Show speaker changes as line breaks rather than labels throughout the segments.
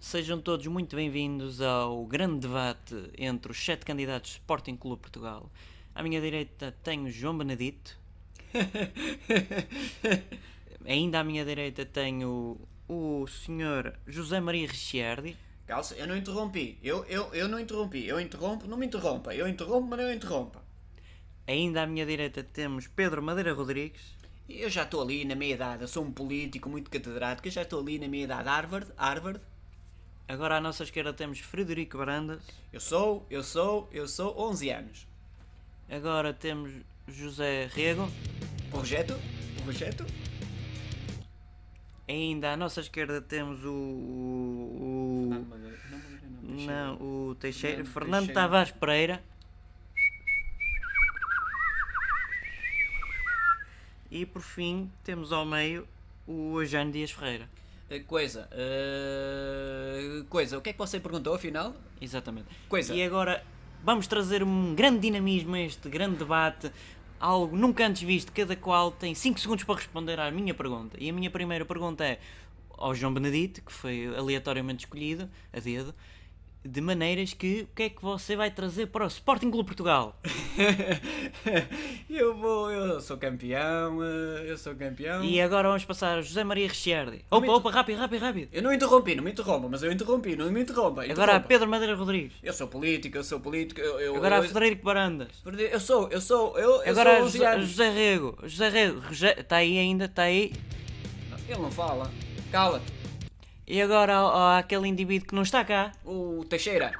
Sejam todos muito bem-vindos ao grande debate entre os sete candidatos do Sporting Clube Portugal. À minha direita tenho João Benedito. Ainda à minha direita tenho o senhor José Maria Ricciardi.
Calça, eu não interrompi. Eu, eu, eu não interrompi. Eu interrompo, não me interrompa. Eu interrompo, mas não interrompa.
Ainda à minha direita temos Pedro Madeira Rodrigues.
Eu já estou ali na meia idade. Eu sou um político muito catedrático. Eu já estou ali na meia idade. Harvard, Harvard.
Agora à nossa esquerda temos Frederico Brandas.
Eu sou, eu sou, eu sou 11 anos.
Agora temos José Rego.
Projeto, projeto.
Ainda à nossa esquerda temos o. o, o não, o Teixeira.
Fernando
Fernando
Teixeira.
Tavares Pereira. E por fim temos ao meio o Eugênio Dias Ferreira.
Eh, Coisa, eh, coisa, o que é que você perguntou afinal?
Exatamente.
Coisa.
E agora vamos trazer um grande dinamismo a este grande debate, algo nunca antes visto. Cada qual tem 5 segundos para responder à minha pergunta. E a minha primeira pergunta é ao João Benedito, que foi aleatoriamente escolhido, a dedo, de maneiras que o que é que você vai trazer para o Sporting Clube Portugal?
eu vou, eu sou campeão, eh, eu sou campeão.
E agora vamos passar a José Maria Ricciardi. Opa,
Muito-
opa, rápido, rápido, rápido.
Eu não interrompi, não me interrompa, mas eu interrompi, não me interrompa.
Agora a
interrompa.
Pedro Madeira Rodrigues.
Eu sou político, eu sou político, eu. eu
Agora a
eu,
Frederico Barandas.
Perde- Eu sou, eu sou, eu, eu
Agora a
sou 11
José,
anos.
José Rego. José Rego. Está aí ainda, está aí.
Ele não fala. Cala-te.
E agora há, há aquele indivíduo que não está cá.
O Teixeira.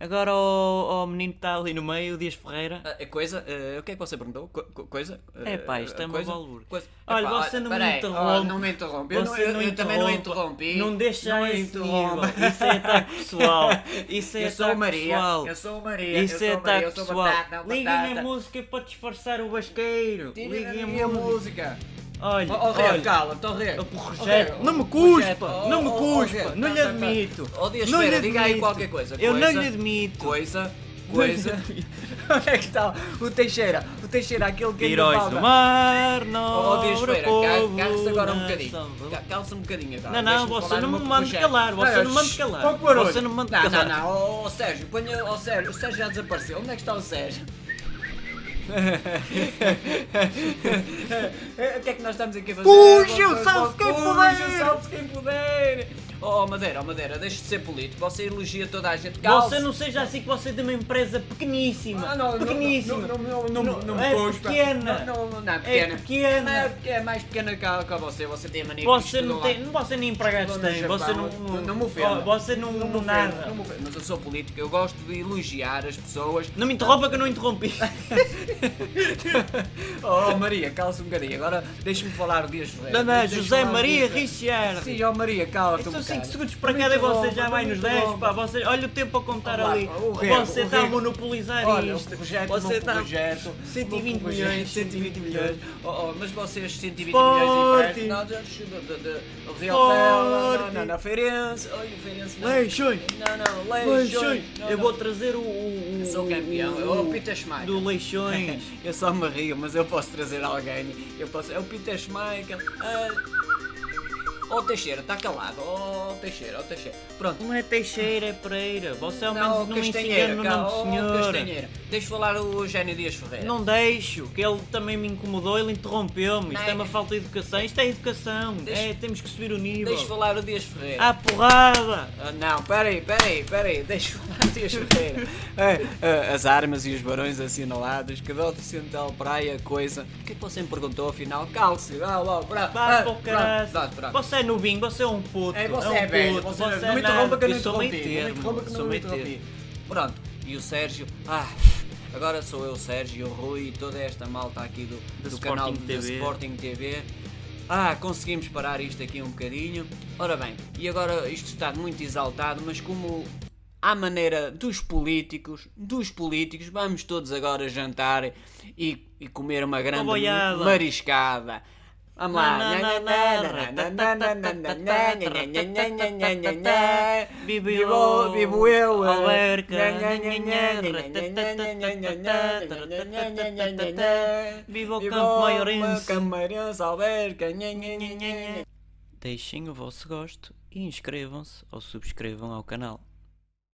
Agora o, o menino que está ali no meio, o Dias Ferreira.
A coisa, eh, o que é que você perguntou? Co- co- coisa? Eh,
É pá, isto é uma
coisa?
balbúrdia.
Coisa-
Olha,
Epá,
você não me
peraí,
interrompe.
olha, não me interrompe. Eu, não,
Você
eu, eu também não
interrompa.
interrompi.
Não deixa
Não
esse
interrompa.
nível. Isso é ataque pessoal. Isso é
eu sou o
ataque
Maria.
pessoal.
Eu sou o Maria. eu
Isso é
sou o Maria,
ataque
eu sou
pessoal.
batata,
Liguem a
batata.
música para disfarçar o basqueiro.
Tirem
Liguem a
minha
música.
música.
Olha,
Oh, oh Rego,
olha.
cala-te, oh Rego.
Por
Oh,
Rogério,
Rego,
não me
oh, Rego,
cuspa,
oh,
não me
oh, oh,
cuspa,
Rego,
não lhe
tá, tá, tá.
admito.
Oh, Dias
Não lhe
Ferreira, diga aí
admito.
qualquer coisa.
Eu não
coisa,
lhe admito.
Coisa, coisa. Onde é que está o Teixeira? O Teixeira, aquele que ainda
Heróis
falta.
do mar,
Oh,
não.
oh é? Dias Ferreira,
povo,
calça agora um
nação.
bocadinho. Ca- Calça um bocadinho agora.
Não, não,
deixa-me
você
falar
não
no
me
meu
manda
projeto.
calar, você
Não,
não manda
shh,
calar.
pouco barulho.
Você não manda
não,
calar.
Não, não, oh Sérgio, ponha, oh Sérgio, o Sérgio já desapareceu. Onde é que está o Sérgio? o que é que nós estamos aqui a fazer?
Fujam,
Vocês-
salve quem
fujam,
puder.
salve quem puder! Oh Madeira, oh Madeira, deixe de ser político, você elogia toda a gente. Calça.
Você não seja assim que você é de uma empresa pequeníssima.
Ah, não, não,
pequeníssima.
não, não, não, não, não me
é
cuspa.
pequena.
Não, não, não, não,
É
pequena.
pequena.
É, porque é mais pequena que a, que a você, você tem mania
Você
de
não
estudar.
tem. Você nem empregados
Estudou no
tem. Você não.
Japão. Não- não me ofenda.
Oh, Você não.
Não me
não
ofendo,
nada.
não me ofendo, mas eu sou político, eu gosto de elogiar as pessoas.
Não me interrompa que eu não interrompi.
Oh Maria, calça um bocadinho, agora deixa-me falar o Dias Ferreira.
Não, não,
Deixa-me
José
falar o
Maria
Dias Ferreira.
Richard.
Sim, oh Maria, cala-te um
São
bocado.
5 segundos para
Não
cada e você
interrompa,
já vai
não
nos 10,
interrompa.
pá. Você, olha o tempo a contar
Olá,
ali.
o Rego,
você
o
está a
Rego.
monopolizar
Olha, o
isto.
projeto, o
você tá
meu
está.
projeto,
120
o meu projeto,
milhões,
120 milhões. Oh, oh, mas vocês 120 milhões
Sporting.
e não, de, de, de, de, o Real Bela, não,
Sporting.
não, não, Feirense, olha o Feirense, não.
Leixões.
Não, não,
Leixões.
Leixões. Não,
Eu
não.
vou trazer o. o- o-
Eu sou campeão, eu- o Peter Schmeichel.
Do Leixões.
Eu só me rio, mas eu posso trazer alguém. Eu posso. É o Peter Schmeichel. Ah. Oh Teixeira, está calado. Oh Teixeira, oh Teixeira. Pronto.
Não é Teixeira, é Pereira. Você ao
Não,
menos não me ensina no
calma.
nome do
Oh,
senhor.
Castanheira. Deixa falar o Eugênio Dias Ferreira.
Não deixo, que ele também me incomodou, ele interrompeu-me. Isto
Não.
é uma falta de educação, isto é educação.
Deixa-
É, temos que subir o nível.
Deixa falar o Dias Ferreira.
À porrada!
Ah, não, peraí, peraí, peraí, deixa eu falar Dias Ferreira. Ah, ah, as armas e os barões assinalados, cabelo de central, praia, coisa. O que é que você me perguntou afinal? Calce, vá lá, pra.
Vá
ah,
para o
pronto,
caralho!
pronto, pronto.
Você é novinho, você é um puto.
É, você
um
é velho,
puto,
você não-
você
não me
é
interrompa
nada.
que eu não
sou meio
interrompi, não me
termo,
interrompa que eu
sou
não
meio termo.
interrompi. Pronto, e o Sérgio, ah, agora sou eu, Sérgio, o Rui e toda esta malta aqui do,
Da
do canal
Sporting
da
TV.
Sporting TV. Ah, conseguimos parar isto aqui um bocadinho. Ora bem, e agora isto está muito exaltado, mas como à maneira dos políticos, dos políticos, vamos todos agora jantar e, e comer uma grande
boiada.
mariscada. Vamos lá.
Vivo
Vivo, vivo eu, eh.
Alberca. Vivo o campo maiorense.
Campo maiorense, alberca.
Deixem o vosso gosto e inscrevam-se ou subscrevam ao canal.